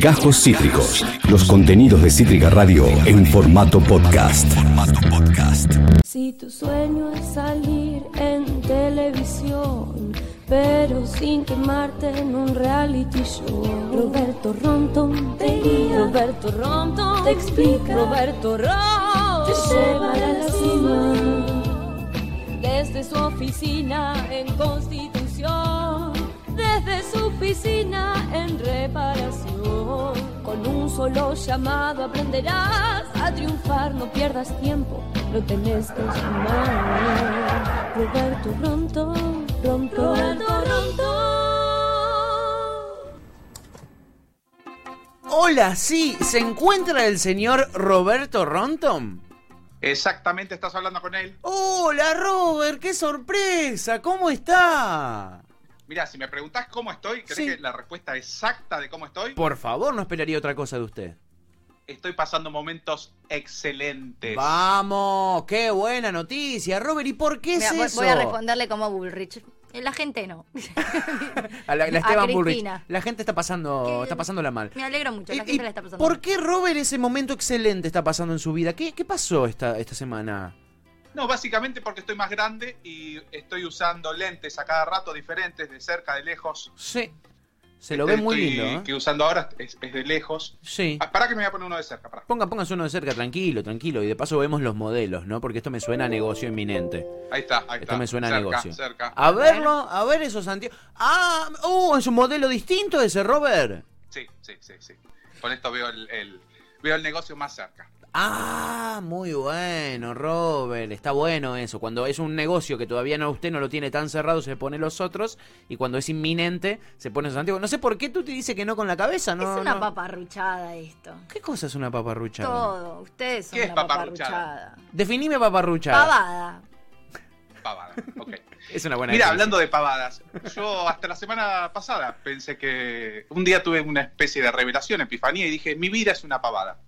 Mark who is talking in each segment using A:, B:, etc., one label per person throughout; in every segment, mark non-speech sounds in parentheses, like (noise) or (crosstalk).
A: Gajos Cítricos. Los contenidos de Cítrica Radio en formato podcast.
B: Si tu sueño es salir en televisión, pero sin quemarte en un reality show. Roberto Ronton te guía, Roberto Ronton te explica, Roberto Ronton te llevará a la cima. Desde su oficina en Constitución, desde su oficina en Reparación. Con un solo llamado aprenderás a triunfar, no pierdas tiempo, lo tenés que sumar. Roberto Ronton, Ronton, Roberto Ronton.
C: Hola, sí, ¿se encuentra el señor Roberto Ronton?
D: Exactamente, estás hablando con él.
C: Hola, Robert, qué sorpresa, ¿cómo está?
D: Mira, si me preguntás cómo estoy, ¿crees
C: Sí.
D: que la respuesta exacta de cómo estoy?
C: Por favor, no esperaría otra cosa de usted.
D: Estoy pasando momentos excelentes.
C: Vamos, qué buena noticia, Robert, ¿y por qué
E: Mira,
C: es
E: voy,
C: eso?
E: voy a responderle como Bullrich. Eh, La gente no.
C: A la, la
E: a
C: Esteban
E: Cristina.
C: Bullrich. La gente está pasando,
E: Que-
C: está pasándola mal.
E: Me alegro mucho,
C: ¿Y-
E: la
C: y
E: gente la está pasando.
C: ¿Por
E: mal.
C: qué Robert ese momento excelente está pasando en su vida? ¿Qué, qué pasó esta, esta semana?
D: No, básicamente porque estoy más grande y estoy usando lentes a cada rato diferentes, de cerca, de lejos.
C: Sí, se lo ve
D: Este
C: muy
D: estoy-
C: lindo. ¿eh?
D: Que usando ahora es, es de lejos.
C: Sí.
D: Ah, pará que me voy a poner uno de cerca, pará.
C: Ponga, póngase uno de cerca, tranquilo, tranquilo. Y de paso vemos los modelos, ¿no? Porque esto me suena a negocio inminente.
D: Ahí está, ahí está.
C: Esto me suena a
D: cerca,
C: negocio.
D: Cerca.
C: A verlo, a ver esos anteojos. ¡Ah! ¡Uh! Es un modelo distinto ese, Robert.
D: Sí, sí, sí, sí. Con esto veo el, el- veo el negocio más cerca.
C: Ah, muy bueno, Robert. Está bueno eso. Cuando es un negocio que todavía no usted no lo tiene tan cerrado, se pone los otros. Y cuando es inminente, se pone esos antiguos. No sé por qué tú te dices que no con la cabeza, ¿no?
E: es una
C: no.
E: paparruchada esto.
C: ¿Qué cosa es una paparruchada?
E: Todo. Ustedes son
D: ¿Qué es
E: una
D: paparruchada?
E: paparruchada.
C: Definime paparruchada.
E: Pavada.
D: Pavada. Ok.
C: Es una buena
D: Mira,
C: definición.
D: hablando de pavadas, yo hasta la semana pasada pensé que un día tuve una especie de revelación, epifanía, y dije, mi vida es una pavada.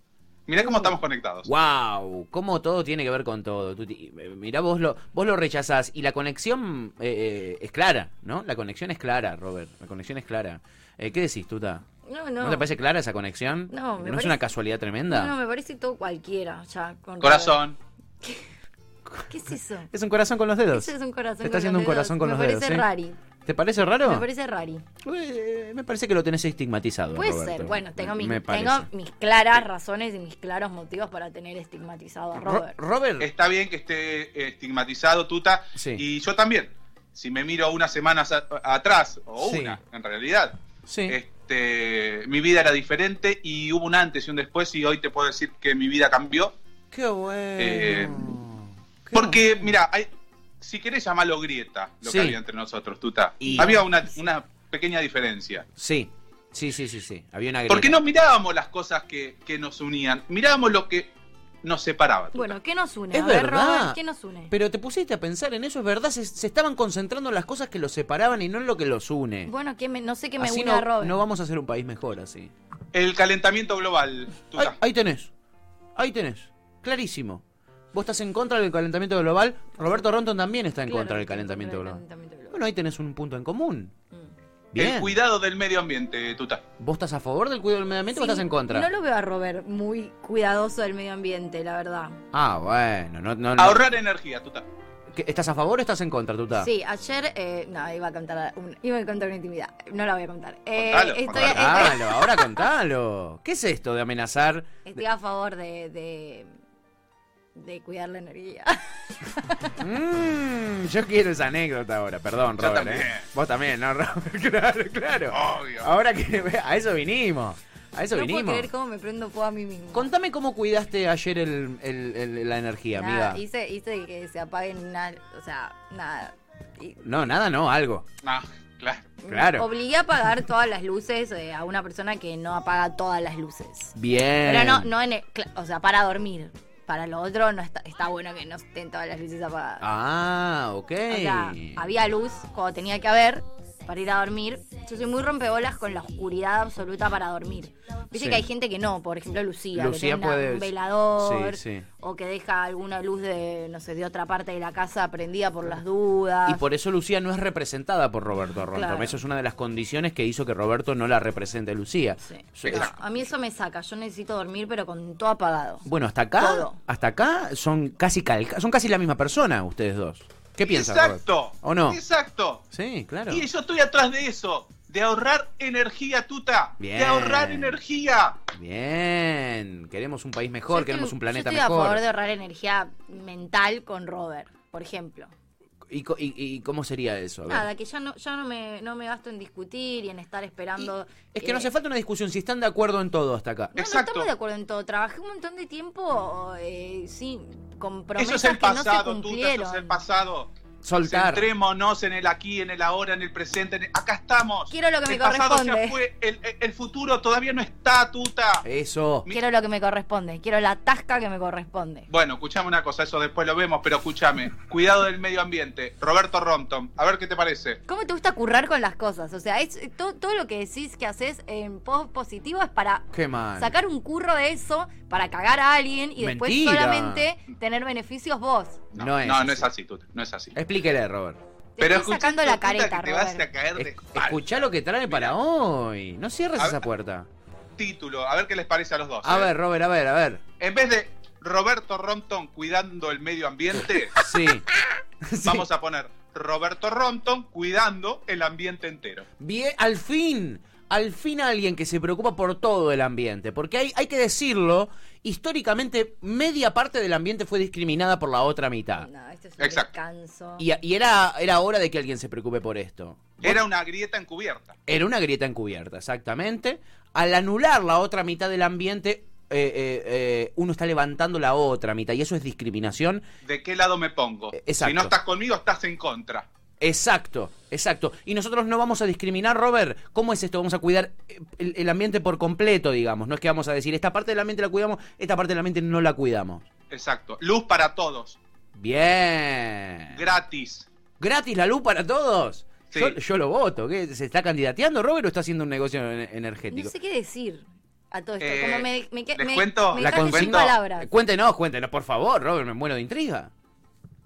D: Mirá
C: Uh.
D: cómo estamos conectados.
C: Wow, cómo todo tiene que ver con todo. Tuti. Eh, Mirá, vos lo, vos lo rechazás y la conexión eh, eh, es clara, ¿no? La conexión es clara, Robert. La conexión es clara. Eh, ¿Qué decís, Tuta?
E: No,
C: ¿No,
E: no.
C: te parece clara esa conexión?
E: No, me
C: ¿No es
E: parece-
C: una casualidad tremenda?
E: No, no, me parece todo cualquiera. Ya, con
D: Corazón.
E: Robert. ¿Qué es eso?
C: Es un corazón con los dedos.
E: Eso es un corazón.
C: Te está
E: con
C: haciendo
E: los
C: un corazón
E: dedos.
C: con
E: me
C: los dedos.
E: Parece
C: ¿sí?
E: rari.
C: ¿Te parece raro?
E: Me parece rari.
C: Eh, me parece que lo tenés estigmatizado.
E: Puede
C: Roberto.
E: ser. Bueno, tengo mis,
C: Me parece.
E: tengo mis claras razones y mis claros motivos para tener estigmatizado a
C: Ro-
E: Robert.
C: Robert.
D: Está bien que esté estigmatizado, tuta,
C: Sí.
D: y yo también. Si me miro unas semanas a- atrás, o
C: Sí.
D: una, en realidad,
C: Sí.
D: eh, este, mi vida era diferente y hubo un antes y un después, y hoy te puedo decir que mi vida cambió.
C: Qué bueno.
D: eh,
C: Qué
D: Porque,
C: bueno.
D: mira, hay- si querés llamarlo grieta, lo
C: Sí.
D: que había entre nosotros, Tuta.
C: Y-
D: Había una, una pequeña diferencia.
C: Sí. Sí, sí, sí, sí. Había una
D: Porque
C: grieta.
D: no mirábamos las cosas que, que nos unían, mirábamos lo que nos separaba. Tuta.
E: Bueno, ¿qué nos une?
C: Es
E: a ver,
C: verdad.
E: Robert, ¿qué nos une?
C: Pero te pusiste a pensar en eso, es verdad, se, se estaban concentrando en las cosas que los separaban y no en lo que los une.
E: Bueno, ¿qué me- no sé qué me
C: así
E: une a
C: no,
E: Robert.
C: no vamos a ser un país mejor así.
D: El calentamiento global,
C: Ahí,
D: Tuta.
C: ahí tenés, ahí tenés, clarísimo. Vos estás en contra del calentamiento global, Roberto Ronton también está en
E: Claro,
C: contra del
E: estoy en
C: calentamiento
E: contra
C: global.
E: del calentamiento
C: Bueno, ahí tenés un punto en común.
E: global. Mm.
D: El
C: Bien.
D: cuidado del medio ambiente, Tuta.
C: ¿Vos estás a favor del cuidado del medio ambiente o
E: Sí,
C: estás en contra?
E: No lo veo a Robert muy cuidadoso del medio ambiente, la verdad.
C: Ah, bueno, no, no, no.
D: Ahorrar energía, Tuta.
C: ¿Qué, ¿Estás a favor o estás en contra, Tuta?
E: Sí, ayer. eh, no, iba a contar, un- iba a contar una intimidad. No la voy a contar. Eh,
D: Contalo,
E: estoy,
D: contalo.
E: estoy-
C: Contalo, ahora contalo. ¿Qué es esto de amenazar?
E: estoy a favor de, de, de cuidar la energía.
C: Mm, yo quiero esa anécdota ahora, perdón,
D: Yo
C: Robert.
D: también.
C: ¿eh? Vos también, ¿no, Robert? (laughs) Claro, claro.
D: Obvio.
C: Ahora que a eso vinimos. A
E: (laughs)
C: eso
E: no puedo
C: vinimos.
E: creer cómo me prendo fuego a mí mismo.
C: Contame cómo cuidaste ayer el, el- el- la energía,
E: Nada,
C: amiga.
E: hice, hice que se apaguen una. O sea, nada. Y-
C: No, nada, no, algo.
D: Ah, claro.
C: Claro.
E: Obligué a apagar todas las luces eh, a una persona que no apaga todas las luces.
C: Bien.
E: Pero no, no en el- cla- o sea, para dormir. Para lo otro no está, está bueno que no estén todas las luces apagadas.
C: Ah, ok.
E: O sea, había luz cuando tenía que haber, para ir a dormir. Yo soy muy rompebolas con la oscuridad absoluta para dormir. Viste
C: Sí.
E: que hay gente que no, por ejemplo Lucía,
C: Lucía
E: que tiene una-
C: puede-
E: un velador
C: Sí, sí.
E: o que deja alguna luz de, no sé, de otra parte de la casa prendida por las dudas.
C: Y por eso Lucía no es representada por Roberto Rontom.
E: Claro.
C: Eso es una de las condiciones que hizo que Roberto no la represente a Lucía.
E: Sí.
C: Eso es-
E: No, a mí eso me saca, yo necesito dormir pero con todo apagado.
C: Bueno, hasta acá,
E: Todo.
C: hasta acá son casi calca- son casi la misma persona ustedes dos. ¿Qué piensan?
D: Exacto.
C: Roberto? ¿O no?
D: Exacto.
C: Sí, claro.
D: Y yo estoy atrás de eso, de ahorrar energía, tuta.
C: Bien.
D: De ahorrar energía.
C: Bien. Queremos un país
E: Yo
C: mejor,
E: estoy-
C: queremos un planeta
E: yo estoy a
C: mejor.
E: favor de ahorrar energía mental con Robert, por ejemplo.
C: ¿Y, co- y- y cómo sería eso? A ver.
E: Nada, que ya no, ya no me, no me gasto en discutir y en estar esperando.
C: Es que no
E: eh,
C: hace falta una discusión si están de acuerdo en todo hasta acá.
E: No, no
D: Exacto.
E: estamos de acuerdo en todo. Trabajé un montón de tiempo, eh, sí, con promesas
D: Eso es el
E: que no se
D: pasado, tuta.
E: cumplieron.
D: Eso es el pasado.
C: Soltar.
D: Centrémonos en el aquí, en el ahora, en el presente. en el- Acá estamos.
E: Quiero lo que me
D: el pasado ya
E: corresponde.
D: fue, el, el- el futuro todavía no está, tuta.
C: Eso.
E: Quiero lo que me corresponde, quiero la tasca que me corresponde.
D: Bueno, escuchame una cosa, eso después lo vemos, pero escuchame. Cuidado del medio ambiente. Roberto Rompton, a ver qué te parece.
E: ¿Cómo te gusta currar con las cosas? O sea, es, todo, todo lo que decís que haces en post positivo es para
C: Qué mal.
E: sacar un curro de eso, para cagar a alguien y después
C: Mentira.
E: solamente tener beneficios vos.
C: No, es.
D: no,
C: así.
D: no es así, tuta. No es así.
C: Explíquele, Robert.
E: Te estoy
D: escucha,
E: sacando la
D: tuta,
E: careta,
D: que te vas a
E: Robert.
D: caer de
C: Es-
D: espalda.
C: escuchá lo que trae para hoy. No cierres
D: A ver-
C: esa puerta.
D: título, a ver qué les parece a los dos.
C: A
D: ¿eh?
C: ver, Robert, a ver, a ver.
D: En vez de Roberto Rompton cuidando el medio
E: (laughs)
D: ambiente, (laughs)
C: Sí. Sí.
D: vamos a poner Roberto Rompton cuidando el ambiente entero.
C: Bien, al fin, al fin alguien que se preocupa por todo el ambiente, porque hay, hay que decirlo, históricamente media parte del ambiente fue discriminada por la otra mitad.
E: No, esto es un
D: Exacto.
E: descanso.
C: Y, y era, era hora de que alguien se preocupe por esto.
D: Era una grieta encubierta.
C: Era una grieta encubierta, exactamente. Al anular la otra mitad del ambiente, eh, eh, eh, uno está levantando la otra mitad, y eso es discriminación
D: ¿De qué lado me pongo?
C: Eh, exacto.
D: Si no estás conmigo, estás en contra.
C: Exacto, exacto. Y nosotros no vamos a discriminar, Robert. ¿Cómo es esto? Vamos a cuidar eh, el, el ambiente por completo, digamos. No es que vamos a decir, esta parte del ambiente la cuidamos, esta parte del ambiente no la cuidamos.
D: Exacto. Luz para todos.
C: Bien.
D: Gratis.
C: Gratis la luz para todos.
D: Sí.
C: Yo, yo lo voto. ¿Qué? ¿Se está candidateando, Robert, o está haciendo un negocio en- energético?
E: No sé qué decir a todo esto.
D: Eh,
E: Como me, me, que-
D: ¿les
E: me-
D: cuento?
E: me
D: ¿La
E: dejaste sin
D: cuento?
E: palabras.
C: Cuéntenos, cuéntenos, por favor, Robert, me muero de intriga.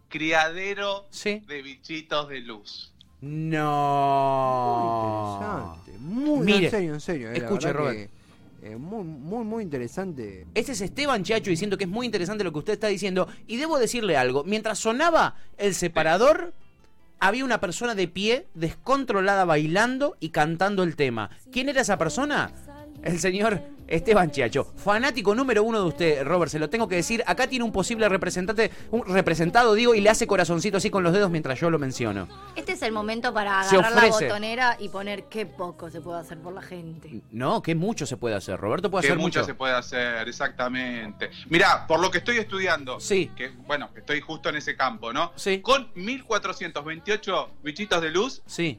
D: Criadero
C: Sí.
D: de bichitos de luz.
C: No.
F: Muy interesante. Muy, no,
C: Mire,
F: en serio, en serio. eh, la
C: escuche,
F: verdad
C: Robert.
F: que, eh, muy, muy, muy interesante.
C: Este es Esteban Chacho diciendo que es muy interesante lo que usted está diciendo. Y debo decirle algo. Mientras sonaba el separador, había una persona de pie, descontrolada, bailando y cantando el tema. ¿Quién era esa persona? El señor Esteban Chacho, fanático número uno de usted, Robert, se lo tengo que decir. Acá tiene un posible representante, un representado, digo, y le hace corazoncito así con los dedos mientras yo lo menciono.
E: Este es el momento para
C: Se
E: agarrar la
C: ofrece.
E: botonera y poner qué poco se puede hacer por la gente.
C: No, que mucho se puede hacer. Roberto puede
D: Que
C: hacer
D: mucho
C: mucho.
D: se puede hacer, exactamente. Mirá, por lo que estoy estudiando,
C: Sí.
D: que bueno, que estoy justo en ese campo, ¿no?
C: Sí.
D: Con 1428 bichitos de luz,
C: Sí.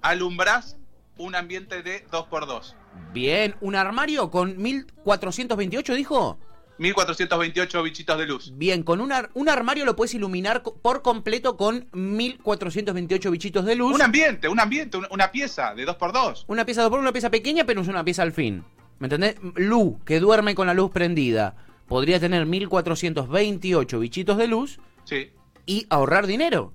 D: alumbrás un ambiente de 2x2.
C: Bien, un armario con 1428, dijo.
D: 1428 bichitos de luz.
C: Bien, con un, ar- un armario lo puedes iluminar co- por completo con 1428 bichitos de luz.
D: Un ambiente, un ambiente, un- una pieza de 2x2.
C: Una pieza de por una pieza pequeña, pero es una pieza al fin. ¿Me entendés? Lu, que duerme con la luz prendida, podría tener 1428 bichitos de luz
D: Sí,
C: y ahorrar dinero.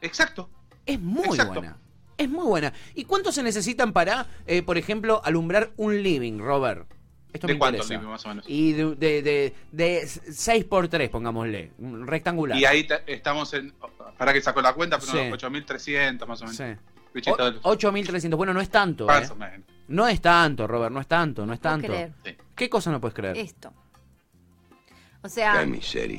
D: exacto.
C: Es muy
D: Exacto.
C: buena. Es muy buena. ¿Y cuánto se necesitan para, eh, por ejemplo, alumbrar un living, Robert? Esto
D: ¿De
C: me
D: cuánto
C: interesa.
D: living, más o menos?
C: Y de, de, de, 6x3, pongámosle, un rectangular.
D: Y ahí te- estamos en. Para que sacó la cuenta, pero
C: Sí.
D: unos 8300 más o menos.
C: Sí.
D: Bichitos de luz.
C: O- 8.300. Bueno, no es tanto. ¿eh?
D: Más o menos.
C: No es tanto, Robert, no es tanto, no es
E: Puedo
C: tanto.
E: creer.
D: Sí.
C: ¿Qué cosa no puedes creer?
E: Esto. O sea, no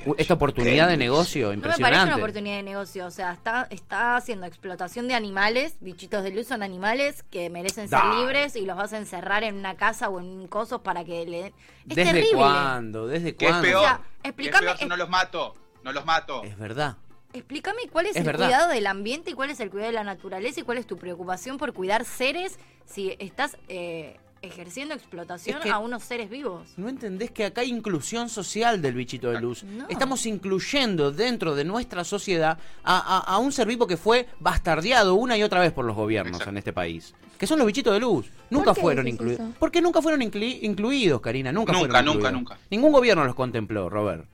C: U- Esta oportunidad de negocio
E: me parece una
C: impresionante.
E: oportunidad de negocio. O sea, está, está haciendo explotación de animales. Bichitos de luz son animales que merecen ser
C: Dale.
E: libres y los vas a encerrar en una casa o en un coso para que le den. Es
C: ¿Desde
E: terrible.
C: cuándo? ¿Desde
D: Que es
C: cuándo?
D: peor.
E: O sea,
D: que es
E: explícame-
D: peor si no los mato. No los mato.
C: Es verdad.
E: Explícame cuál es,
C: Es
E: el
C: verdad.
E: cuidado del ambiente y cuál es el cuidado de la naturaleza y cuál es tu preocupación por cuidar seres si estás eh, ejerciendo explotación
C: Es que-
E: a unos seres vivos.
C: No entendés que acá hay inclusión social del bichito de luz.
E: Ah, No.
C: Estamos incluyendo dentro de nuestra sociedad a, a- a un ser vivo que fue bastardeado una y otra vez por los gobiernos
D: Exacto.
C: en este país. Que son los bichitos de luz. Nunca
B: qué
C: fueron
B: dices
C: incluidos.
B: eso?
C: Porque nunca fueron incli- incluidos, Karina. Nunca,
D: Nunca,
C: fueron
D: nunca,
C: incluidos.
D: nunca.
C: Ningún gobierno los contempló, Robert.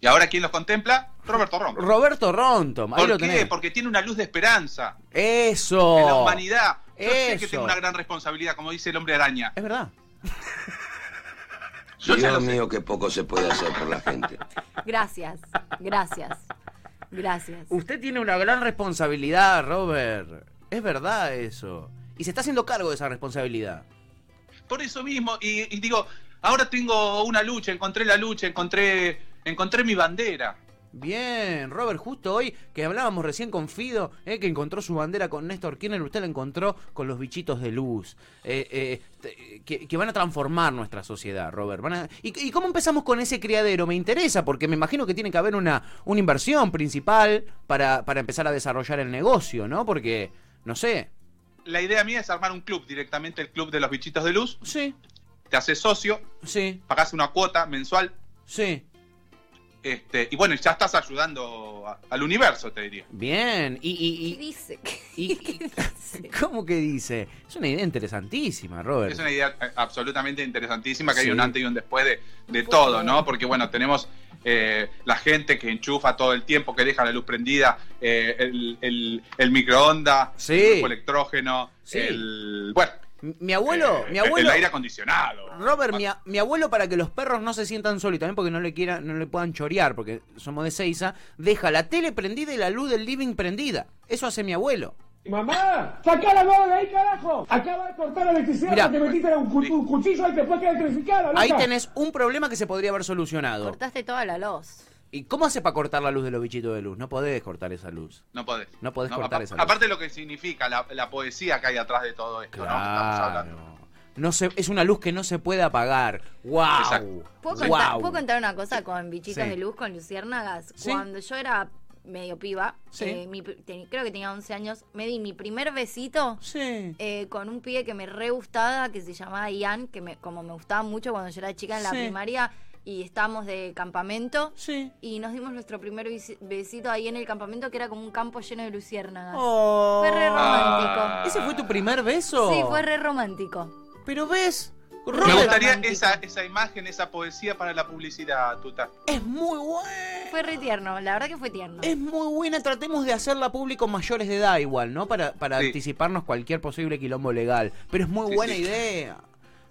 D: ¿Y ahora quién los contempla? Roberto Ron.
C: Roberto Rontom. Ahí
D: ¿Por
C: lo
D: qué?
C: tenés.
D: Porque tiene una luz de esperanza
C: Eso.
D: en la humanidad. Yo sé que
C: Eso.
D: tengo una gran responsabilidad, como dice el hombre araña.
C: Es verdad.
D: Yo ya lo
G: Dios
D: sé.
G: mío, que poco se puede hacer por la gente.
E: Gracias, gracias, gracias.
C: Usted tiene una gran responsabilidad, Robert. Es verdad eso. Y se está haciendo cargo de esa responsabilidad.
D: Por eso mismo, y, y digo, ahora tengo una lucha, encontré la lucha, encontré, encontré mi bandera.
C: Bien, Robert, justo hoy que hablábamos recién con Fido, eh, que encontró su bandera con Néstor Kirchner, usted la encontró con los bichitos de luz, eh, eh, te- que, que van a transformar nuestra sociedad, Robert. Van a- ¿Y, y cómo empezamos con ese criadero? Me interesa, porque me imagino que tiene que haber una, una inversión principal para, para empezar a desarrollar el negocio, ¿no? Porque, no sé.
D: La idea mía es armar un club directamente, el club de los bichitos de luz.
C: Sí,
D: Te haces socio,
C: sí,
D: pagás una cuota mensual,
C: sí.
D: este, y bueno, ya estás ayudando a- al universo, te diría.
C: Bien, y...
E: ¿Qué
C: y,
E: dice? ¿Qué-
C: y-
E: qué (laughs)
C: y- (laughs)
E: dice?
C: ¿Cómo que dice? Es una idea interesantísima, Robert.
D: Es una idea eh, absolutamente interesantísima, que
C: Sí.
D: hay un antes y un después de, de todo, ¿no? Porque bueno, tenemos eh, la gente que enchufa todo el tiempo, que deja la luz prendida, eh, el, el- el microondas,
C: Sí.
D: el grupo electrógeno,
C: Sí.
D: el... Bueno,
C: Mi- Mi abuelo,
D: eh,
C: mi abuelo...
D: El aire acondicionado.
C: Robert, mi, a- mi abuelo, para que los perros no se sientan solos y también porque no le quieran, no le puedan chorear, porque somos de Seiza, deja la tele prendida y la luz del living prendida. Eso hace mi abuelo.
H: ¡Mamá! ¡Sacá la bola de ahí, carajo! Acaba de cortar la electricidad
C: Mirá.
H: porque metiste un, cu- un cuchillo ahí que después queda electrificado,
C: Ahí
H: loca.
C: tenés un problema que se podría haber solucionado.
E: Cortaste toda la luz.
C: ¿Y cómo hace para cortar la luz de los bichitos de luz? No podés cortar esa luz.
D: No podés.
C: No podés cortar
D: apa-
C: esa luz.
D: Aparte lo que significa la, la poesía que hay atrás de todo esto, ¿no? Que estamos hablando.
C: Claro. No se, es una luz que no se puede apagar. ¡Wow!
D: Exacto.
E: ¿Puedo contar,
C: Guau.
E: puedo contar una cosa con bichitos
C: Sí.
E: de luz, con luciérnagas?
C: Sí.
E: Cuando yo era medio piba,
C: Sí.
E: eh, mi pr- te- creo que tenía 11 años, me di mi primer besito
C: Sí.
E: eh, con un pibe que me re gustaba, que se llamaba Ian, que me, como me gustaba mucho cuando yo era chica en la
C: Sí.
E: primaria y estábamos de campamento.
C: Sí.
E: Y nos dimos nuestro primer bisi- besito ahí en el campamento, que era como un campo lleno de luciérnagas.
C: Oh.
E: Fue re romántico.
D: Ah.
C: ¿Ese fue tu primer beso?
E: Sí, fue re romántico.
C: Pero ves,
D: Me
C: Robert,
E: Robert
D: gustaría
E: Romántico.
D: esa, esa imagen, esa poesía para la publicidad, Tuta.
C: es muy bueno.
E: Fue re tierno, la verdad que fue tierno.
C: Es muy buena, tratemos de hacerla público mayores de edad igual, ¿no? Para, para
D: Sí.
C: anticiparnos cualquier posible quilombo legal. Pero es muy
D: Sí,
C: buena
D: sí.
C: idea.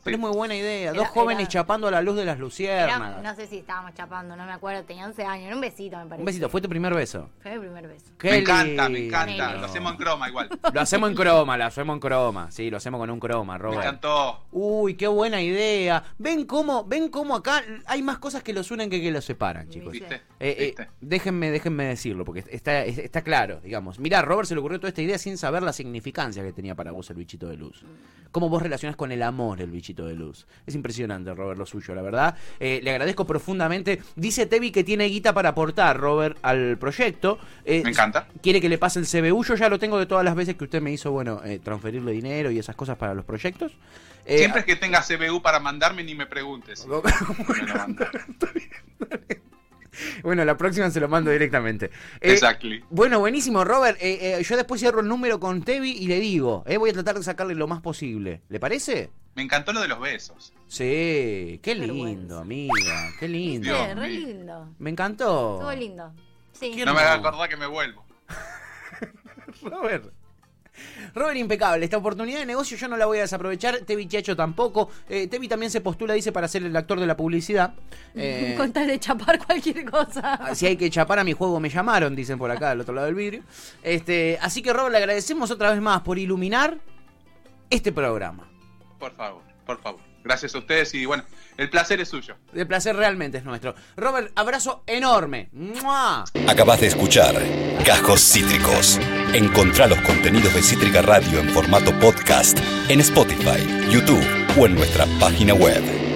C: Pero
D: Sí.
C: es muy buena idea.
E: Era-
C: Dos jóvenes
E: era-
C: chapando a la luz de las
E: Era-
C: luciernas.
E: no sé si estábamos chapando, no me acuerdo, tenía 11 años, era un besito me parece.
C: Un besito, fue tu primer beso.
E: Fue mi primer beso.
C: Qué
D: me encanta, me
C: lindo.
D: encanta. Lo hacemos en croma igual.
C: (laughs) Lo hacemos en croma, lo hacemos en croma. Sí, lo hacemos con un croma,
D: Me
C: Robert.
D: encantó.
C: Uy, qué buena idea. Ven cómo, ven cómo acá hay más cosas que los unen que que los separan, chicos.
E: Sí.
D: ¿Viste?
C: Eh, eh,
D: ¿Viste?
C: déjenme, déjenme decirlo, porque está, es- está claro, digamos. Mirá, Robert se le ocurrió toda esta idea sin saber la significancia que tenía para vos el bichito de luz. Cómo vos relacionás con el amor el bichito de luz. Es impresionante, Robert, lo suyo, la verdad. Eh, le agradezco profundamente. Dice Tevi que tiene guita para aportar, Robert, al proyecto. Eh,
D: Me encanta.
C: Quiere que le pase el CBU. Yo ya lo tengo de todas las veces que usted me hizo, bueno, eh, transferirle dinero y esas cosas para los proyectos. Eh,
D: Siempre que tenga CBU para mandarme, ni me preguntes.
C: (laughs) Bueno,
D: Me lo manda.
C: (laughs) Bueno, la próxima se lo mando directamente. (laughs) Eh,
D: Exactly.
C: Bueno, buenísimo, Robert. Eh, eh, yo después cierro el número con Tevi y le digo, eh, voy a tratar de sacarle lo más posible. ¿Le parece?
D: Me encantó lo de los besos.
C: Sí, qué lindo,
E: vergüenza.
C: amiga, qué lindo.
D: Dios
E: Sí, re
D: mío.
E: lindo.
C: Me encantó.
E: Estuvo lindo. Sí.
C: Qué
D: No me hagas
C: hermoso.
D: acordar que me vuelvo.
C: Robert. Robert, impecable. Esta oportunidad de negocio yo no la voy a desaprovechar. Tevi Chacho tampoco. Eh, Tevi también se postula, dice, para ser el actor de la
E: (laughs)
C: publicidad. Eh,
E: (laughs) Con tal de chapar cualquier cosa.
C: Si hay que chapar a mi juego, me llamaron, dicen por acá, al otro lado del vidrio. Este, así que, Robert, le agradecemos otra vez más por iluminar este programa.
D: Por favor, por favor. Gracias a ustedes y bueno, el placer es suyo.
C: El placer realmente es nuestro. Robert, abrazo enorme. ¡Mua!
A: Acabas de escuchar Cajos Cítricos. Encontrá los contenidos de Cítrica Radio en formato podcast en Spotify, YouTube o en nuestra página web.